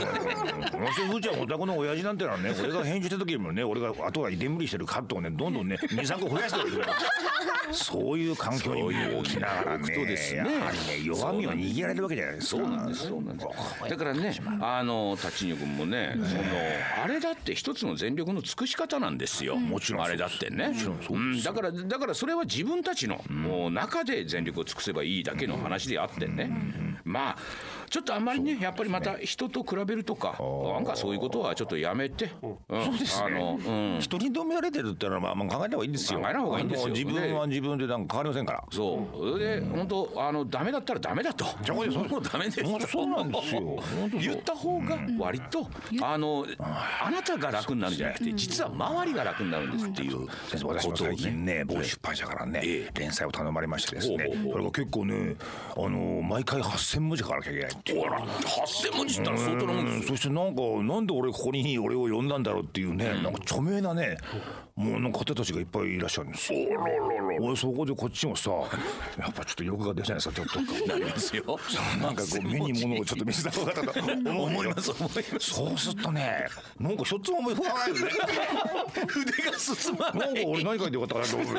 Speaker 2: もしふーちゃんお宅の親父なんてのはね、俺が編集した時よりもね、俺が後が居眠りしてるカットをね、どんどんね、二三個増やしてる。そういう環境に身を置きながらね、
Speaker 1: そうですね
Speaker 2: やはりね、弱みを握られるわけじゃないですか。
Speaker 1: そうなんですそうなんですだからねあの立ち入君もねそのあれだって一つの全力の尽くし方なんですよも
Speaker 2: ちろん
Speaker 1: あ
Speaker 2: そう
Speaker 1: れ
Speaker 2: で
Speaker 1: だ
Speaker 2: す
Speaker 1: ってねうんだからだからそれは自分たちのもう中で全力を尽くせばいいだけの話であってねまあちょっとあんまりねやっぱりまた人と比べるとかなんかそういうことはちょっとやめてそうですねあのうん
Speaker 2: 人に止められてるってのはまあまあ考えた方がいいんですよ。
Speaker 1: 考えた方がいいんですよ
Speaker 2: あの自分は自分でなんか変わりませんから。
Speaker 1: そう、それで、本当、あの、ダメだったらダメだと。
Speaker 2: こでそう
Speaker 1: もうダメです
Speaker 2: も
Speaker 1: と。
Speaker 2: うそうなんですよ本当そう
Speaker 1: 言った方が、割と、あの、あなたが楽になるんじゃなくて、実は周りが楽になるんですっていう。
Speaker 2: 先生私も最近ね某出版社からね
Speaker 1: え
Speaker 2: 連載を頼まれましてです
Speaker 1: ほう
Speaker 2: ね
Speaker 1: ほうほう
Speaker 2: それが結構ねあの毎回8,000文字書かなきゃいけないっていう
Speaker 1: ほら、八千文字ったら相当なもんですよ。
Speaker 2: そしてなんかなんで俺ここに俺を呼んだんだろうっていうね、なんか著名なねもうなんか方たちがいっぱいいらっしゃるんですよ。俺そこでこっちもさやっぱちょっと欲が出ちゃないですかちょっと。
Speaker 1: なりますよ。
Speaker 2: なんかこう目に物をちょっと見せた方がと思います思いますそうするとねなんか一つも思い浮かばないよね
Speaker 1: 筆が進ま
Speaker 2: なんか俺何書いてよ かったかなと思う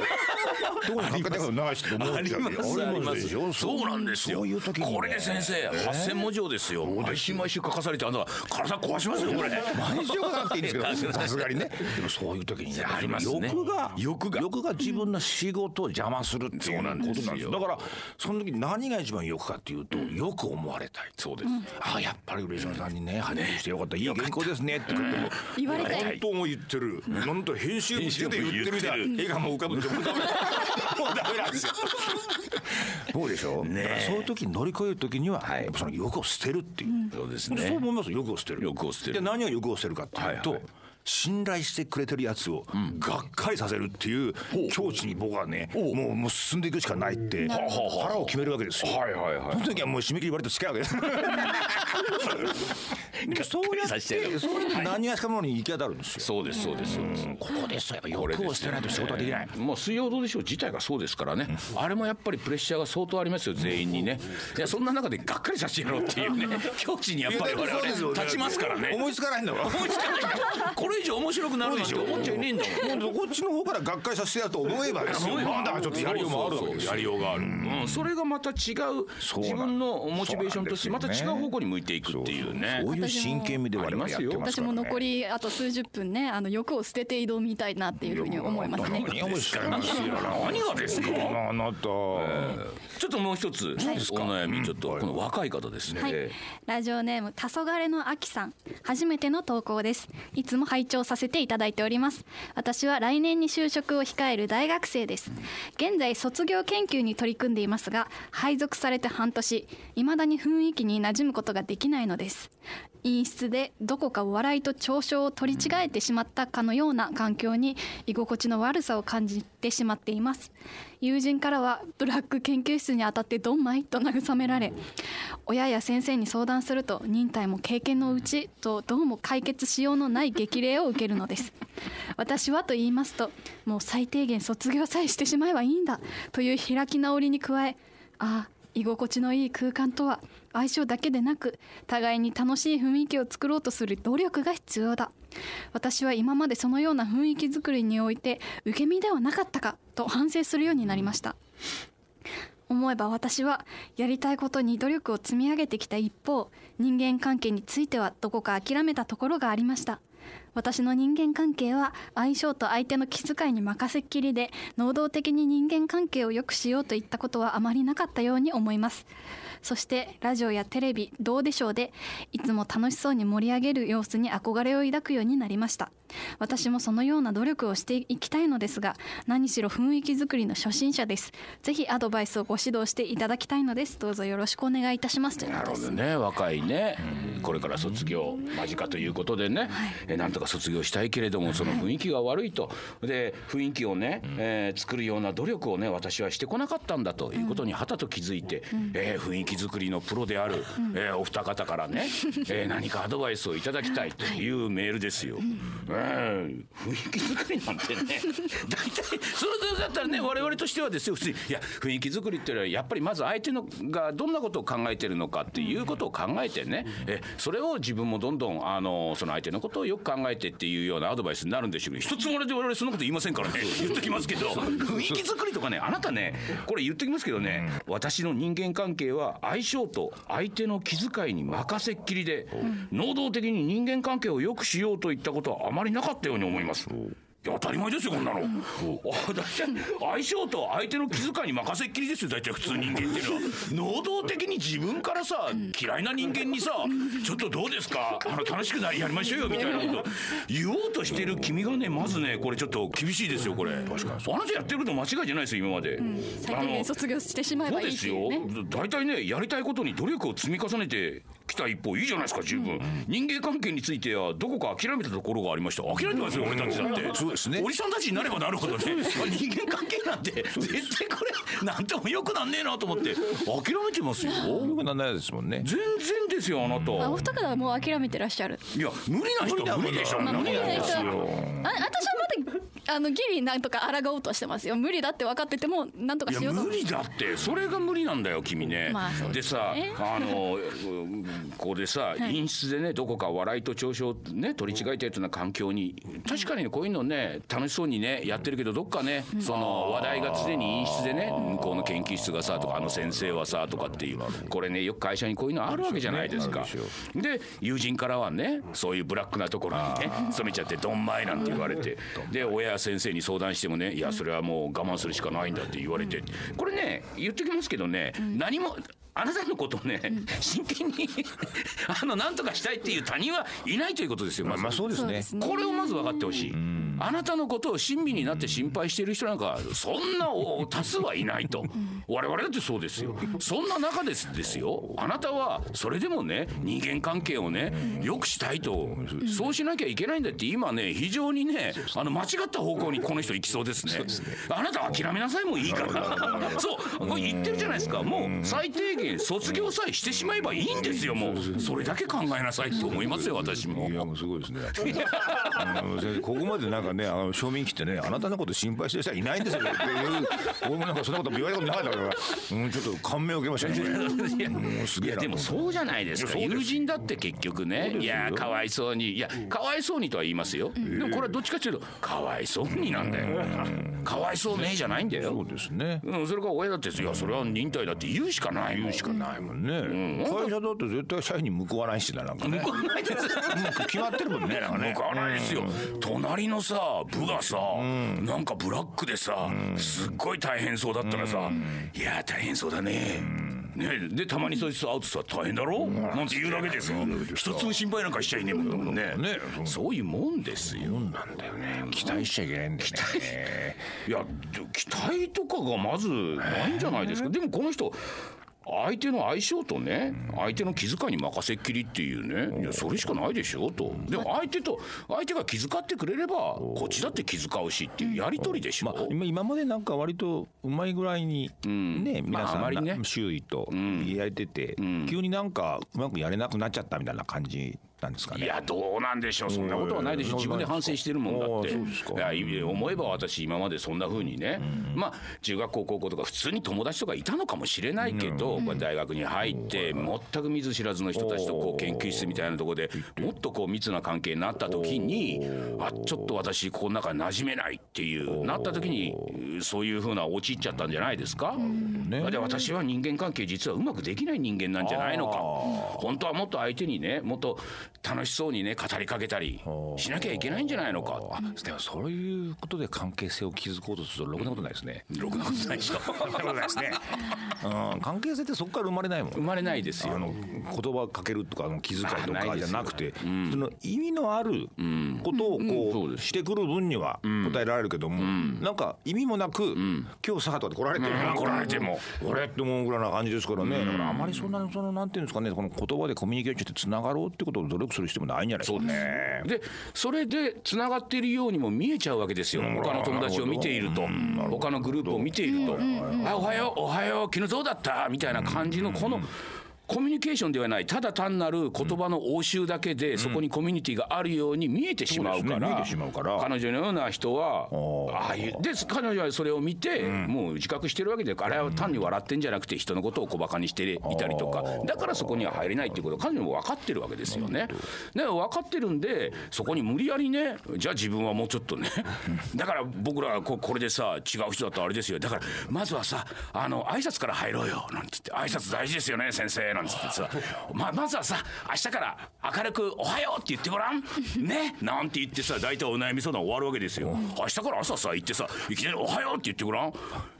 Speaker 2: どこに書かれたかないしって思っちゃう
Speaker 1: ありますありま
Speaker 2: あります
Speaker 1: す
Speaker 2: でしょ
Speaker 1: そうなんですよ
Speaker 2: そういう時にね
Speaker 1: これで先生8000文字をですよ毎週毎週書かされてあんた体壊しますよこれ
Speaker 2: 毎週はなくていいん ですけど、さすがにね。でもそういう時にね
Speaker 1: ありますね
Speaker 2: 欲が欲が欲が自分の仕事を邪魔するっていうことなんですよ。だからその時何が一番欲かっていうと、よく思われたい。そうです。あやっぱり嬉野さんにね話してよかった。いい原稿ですねってことも
Speaker 4: 言われたい
Speaker 2: 本当も言ってる。なんと編集部手で言ってみたら絵がもう浮かぶんでもうダメ。もうダメなん ですよ。そうでしょ。だからそういう時に乗り越える時には、やっぱその欲を捨てるっていう。
Speaker 1: そうです
Speaker 2: そう思いますよ欲を捨てる
Speaker 1: 欲を捨てる
Speaker 2: で何を欲を捨てるかっていうと、
Speaker 1: はいは
Speaker 2: 信頼してくれてるやつをがっかりさせるっていう境地に僕はねもうもう進んでいくしかないって腹を決めるわけですよ。
Speaker 1: はいはいはい
Speaker 2: その時はもう締め切り割と近いわけです。でもそうやっ
Speaker 1: さ
Speaker 2: て
Speaker 1: せてる
Speaker 2: そういう時何がしかものに行き当たるんですよ。
Speaker 1: そうですそうですそうです
Speaker 2: ここですよやっぱ欲を捨てないと仕事はできない。
Speaker 1: もう水曜どうでしょう自体がそうですからね、あれもやっぱりプレッシャーが相当ありますよ、全員にね。いや、そんな中でがっかりさせてやろうっていうね、境地にやっぱり我々立ちますからね。
Speaker 2: 思いつかないんだもん。
Speaker 1: 思いつかないんだもんこれ以上面白くなるでしょ、思っちゃいねえんだもん。
Speaker 2: もうこっちの方からがっかりさせてやると思えばですよ。なんだかちょっとやりようもあるわけですよ。
Speaker 1: やりようがある、うん、それがまた違う
Speaker 2: うなん
Speaker 1: 自分のモチベーションとして
Speaker 2: そう
Speaker 1: ま
Speaker 2: な
Speaker 1: た
Speaker 2: んです
Speaker 1: 違う
Speaker 2: よね
Speaker 1: 方向に向いていくっていうね
Speaker 2: そういう真剣味で我
Speaker 1: あり
Speaker 2: 々
Speaker 1: ま
Speaker 2: やっ
Speaker 1: す
Speaker 2: て
Speaker 1: よ
Speaker 2: ます
Speaker 4: 私
Speaker 2: から
Speaker 4: も
Speaker 2: ね。
Speaker 4: 残りあと数十分ねあの欲を捨てて移動みたいなっていうふうに思いますね
Speaker 2: 何をおっしゃいますよ。
Speaker 1: 何がですか
Speaker 2: あなた。
Speaker 1: ちょっともう一つお悩みちょっとこの若い方ですね、
Speaker 3: はい、ラジオネーム黄昏のあきさん初めての投稿ですいつも拝聴させていただいております私は来年に就職を控える大学生です現在卒業研究に取り組んでいますが配属されて半年未だに雰囲気に馴染むことができないのです陰湿でどこか笑いと嘲笑を取り違えてしまったかのような環境に居心地の悪さを感じてしまっています友人からはブラック研究室にあたってドンマイと慰められ親や先生に相談すると忍耐も経験のうちとどうも解決しようのない激励を受けるのです私はと言いますともう最低限卒業さえしてしまえばいいんだという開き直りに加えああ居心地のいい空間とは相性だけでなく互いに楽しい雰囲気を作ろうとする努力が必要だ私は今までそのような雰囲気作りにおいて受け身ではなかったかと反省するようになりました思えば私はやりたいことに努力を積み上げてきた一方人間関係についてはどこか諦めたところがありました私の人間関係は相性と相手の気遣いに任せっきりで能動的に人間関係を良くしようといったことはあまりなかったように思いますそしてラジオやテレビ「どうでしょうで」いつも楽しそうに盛り上げる様子に憧れを抱くようになりました私もそのような努力をしていきたいのですが何しろ雰囲気作りの初心者ですぜひアドバイスをご指導していただきたいのですどうぞよろしくお願いいたしますという
Speaker 1: な
Speaker 3: こ
Speaker 1: る
Speaker 3: と
Speaker 1: ほ
Speaker 3: です
Speaker 1: どね若いねこれから卒業間近ということでね、えなんとか卒業したいけれどもその雰囲気が悪いとで雰囲気をね、えー作るような努力をね私はしてこなかったんだということにはたと気づいて、えー雰囲気作りのプロである、えーお二方からね、えー何かアドバイスをいただきたいというメールですよ。えー雰囲気作りなん てね大体それだったらね我々としてはですよ普通にいや雰囲気作りっていうのはやっぱりまず相手のがどんなことを考えてるのかっていうことを考えてね、えそれを自分もどんどんあのその相手のことをよく考えてっていうようなアドバイスになるんでしょうけど一つも我々そんなこと言いませんからね言っときますけど雰囲気作りとかねあなたねこれ言っときますけどね、私の人間関係は相性と相手の気遣いに任せっきりで、能動的に人間関係を良くしようといったことはあまりなかったように思います。いや当たり前ですよこんなの。あ大体相性と相手の気遣いに任せっきりですよ大体普通人間っていうのは能動的に自分からさ嫌いな人間にさちょっとどうですかあの楽しくなやりましょうよみたいなこと言おうとしてる君がねまずねこれちょっと厳しいですよこれ。確かに。あなたやってること間違いじゃないですよ今まで。
Speaker 4: 最低
Speaker 1: あの
Speaker 4: 限卒業してしまえ
Speaker 1: そ
Speaker 4: ば
Speaker 1: う
Speaker 4: い
Speaker 1: で
Speaker 4: いって
Speaker 1: す
Speaker 4: い
Speaker 1: よ
Speaker 4: うね。
Speaker 1: 大体ねやりたいことに努力を積み重ねてきた一方いいじゃないですか十分、人間関係についてはどこか諦めたところがありました諦めてますよ俺たちだって
Speaker 2: そうですね
Speaker 1: おじさんたちになればなるほどねあ人間関係なんて絶対これなんともよくなんねえなと思って諦めてますよ
Speaker 2: よくなんないですもんね。
Speaker 1: 全然ですよあなた
Speaker 4: あお二方はもう諦めてらっしゃる。
Speaker 1: いや無理な人は無理でしょ
Speaker 4: まあ無理な人は
Speaker 1: 無理です
Speaker 4: あ私
Speaker 1: よ
Speaker 4: はまだあのギリなんとか抗おうとしてますよ。無理だって分かっててもなんとか
Speaker 1: いや
Speaker 4: しようと
Speaker 1: 無理だってそれが無理なんだよ君ね。
Speaker 4: まあそう
Speaker 1: で
Speaker 4: です
Speaker 1: さ
Speaker 4: ね
Speaker 1: あのうんここでさ陰湿でねどこか笑いと嘲笑ね取り違えたような環境に確かにねこういうのね楽しそうにねやってるけどどっかねその話題が常に陰湿でね向こうの研究室がさとかあの先生はさとかっていうこれねよく会社にこういうのあるわけじゃないですか。で友人からはねそういうブラックなところにね染めちゃってドンマイなんて言われてで親や先生に相談してもねいやそれはもう我慢するしかないんだって言われてこれね言ってきますけどね何もあなたのことをね、真剣にあの何とかしたいっていう他人はいないということですよ、まず
Speaker 2: まあそうです
Speaker 4: そうで
Speaker 2: ね。
Speaker 4: すね。
Speaker 1: これをまず分かってほしい、あなたのことを親身になって心配している人なんかそんなお多数はいないと、我々だってそうですよそんな中ですですよあなたはそれでもね人間関係をね良くしたいと、そうしなきゃいけないんだって今ね非常にねあの間違った方向にこの人行きそうですねあなた諦めなさいもいいからそうこれ言ってるじゃないですかもう最低限卒業さえしてしまえばいいんですよもうそれだけ考えなさいと思いますよ私も
Speaker 2: い。やもうすごいですね。うん先生ここまでなんかね、あの庶民期ってね、あなたのこと心配してる人はいないんですよ。っていう俺もなんかそんなこと言われたことなかったから、うんちょっと感銘を受けましたね。
Speaker 1: いや
Speaker 2: うんす
Speaker 1: い
Speaker 2: げえ
Speaker 1: や
Speaker 2: な
Speaker 1: でもそうじゃないですか
Speaker 2: いやそうです
Speaker 1: 友人だって結局ねいやかわいそうにいやかわいそうにとは言いますよでもこれはどっちかっていうとかわいそうになんだよかわいそうねじゃないんだ
Speaker 2: そ
Speaker 1: よ
Speaker 2: うですね。
Speaker 1: うんそれから親だっていやそれは忍耐だって言うしかない言うしかないもん
Speaker 2: ね、会社だって絶対社員に報わないしななんかね。
Speaker 1: 向こうないです
Speaker 2: うん決まってるもんねなんかね。
Speaker 1: 向かないですよ、隣のさ部がさ、なんかブラックでさ、すっごい大変そうだったらさ、いやー大変そうだね、ね、でたまにそいつと会うとさ大変だろ、なんて言うだけでさ、一つも心配なんかしちゃいねえもんだもんね,、
Speaker 2: ね
Speaker 1: そういうもんですよ
Speaker 2: なんだよね。期待しちゃいけないんだよね。
Speaker 1: いや期待とかがまずないんじゃないですか、でもこの人相手の相性とね相手の気遣いに任せっきりっていうねいやそれしかないでしょとでも相手と相手が気遣ってくれればこっちだって気遣うしっていうやり取りでしょ、
Speaker 2: まあ、今今までなんか割とうまいぐらいにね、
Speaker 1: うん
Speaker 2: 皆さん、
Speaker 1: まああまりね
Speaker 2: な周囲と
Speaker 1: ん
Speaker 2: やれてて、
Speaker 1: ん
Speaker 2: 急になんかうまくやれなくなっちゃったみたいな感じなんですかね。
Speaker 1: いやどうなんでしょうそんなことはないでしょ
Speaker 2: うん
Speaker 1: う自分で反省してるもんだって
Speaker 2: ああそうですか
Speaker 1: いやいや思えば私今までそんな風にねまあ中学校高校とか普通に友達とかいたのかもしれないけどまあ大学に入って全く見ず知らずの人たちとこう研究室みたいなところでもっとこう密な関係になった時にあちょっと私ここの中に馴染めないっていうなった時にそういう風な陥っちゃったんじゃないですか
Speaker 2: ね
Speaker 1: で私は人間関係実はうまくできない人間なんじゃないのか
Speaker 2: あー
Speaker 1: 本当はもっと相手にねもっと楽しそうにね語りかけたりしなきゃいけないんじゃないのか
Speaker 2: あ でもそういうことで関係性を築こうとするとろくなことないですね。
Speaker 1: ろくな ことないでしょ
Speaker 2: うん、関係性ってそこから生まれないもん
Speaker 1: 生。まれないですよ
Speaker 2: あの言葉かけるとかあの気遣いと
Speaker 1: あない
Speaker 2: か
Speaker 1: で
Speaker 2: じゃ
Speaker 1: すよ
Speaker 2: なくてその意味のあることを
Speaker 1: そ
Speaker 2: こ
Speaker 1: うで
Speaker 2: う
Speaker 1: す
Speaker 2: してくる分には答えられるけども、なんか意味もなく、今日佐賀とかで来られてる、
Speaker 1: うん来られても
Speaker 2: 俺って思うぐらいな感じですからね、だからあまりそんなそのなんていうんですかねこの言葉でコミュニケーションしてつながろうってことを努力する必要もないんじゃないですかね。
Speaker 1: でそれでつながっているようにも見えちゃうわけですよ
Speaker 2: ん
Speaker 1: 他の友達を見ていると他のグループを見ていると「あおはようおはよう昨日どうだった?」みたいな感じのこの。コミュニケーションではないただ単なる言葉の応酬だけでそこにコミュニティがあるように見えてしまうか
Speaker 2: そうですね見え
Speaker 1: ら
Speaker 2: てしまうから
Speaker 1: 彼女のような人は
Speaker 2: ー
Speaker 1: ああいうで彼女はそれを見てもう自覚してるわけであれは単に笑ってんじゃなくて人のことを小バカにしていたりとかだからそこには入れないっていうことを彼女も分かってるわけですよね。ね分かってるんでそこに無理やりねじゃあ自分はもうちょっとね だから僕らはここれでさ違う人だとあれですよだからまずはさあの挨拶から入ろうよなんつって挨拶大事ですよね先生なんつってさままずはさ明日から明るく「おはよう」って言ってごらんねなんて言ってさ大体お悩み相談終わるわけですよ明日から朝さ行ってさいきなり「おはよう」って言ってごらん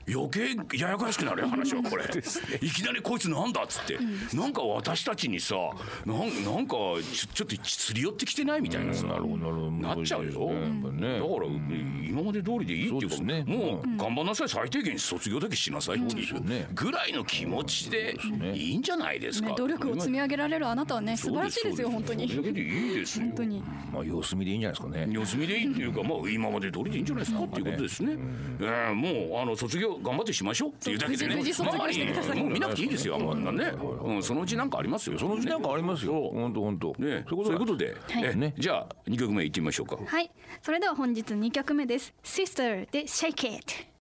Speaker 1: 余計ややこしくなるよ話はこれいきなりこいつなんだっつってなんか私たちにさなんなんかちょちょっと釣り寄ってきてないみたいなさなっちゃうよ
Speaker 2: そうですねやっぱね
Speaker 1: だから今まで通りでいいっていうか
Speaker 2: そうですね
Speaker 1: もう頑張んなさい最低限卒業だけしなさいってい
Speaker 2: そう
Speaker 1: う
Speaker 2: ですよね
Speaker 1: ぐらいの気持ちでいいんじゃないですか
Speaker 4: ね努力を積み上げられるあなたはね素晴らしいですよ本当
Speaker 1: それだ
Speaker 4: に
Speaker 1: けでいいですよ
Speaker 4: 本当に
Speaker 2: まあ様子見でいいんじゃないですかね。
Speaker 1: 様子見でいいっていうか、まあ、今まで通りでいいんじゃないですかっていうことですね。えーもう、あの、卒業頑張ってしましょうっていうだけでね。
Speaker 4: 無事無事卒業してください
Speaker 1: まあもう見なくていいですよ、あんなね。うん、そのうちなんかありますよ。
Speaker 2: そのうちなんかありますよ。
Speaker 1: そう
Speaker 2: 本当本当。
Speaker 1: ね、
Speaker 2: そ
Speaker 1: そうう
Speaker 2: いうこと
Speaker 1: いう
Speaker 2: だ
Speaker 1: ことで、
Speaker 3: い
Speaker 1: え
Speaker 2: ね
Speaker 1: じゃあ、二曲目いってみましょうか。
Speaker 3: はいそれでは本日2曲目です「Sister」で「Shake It」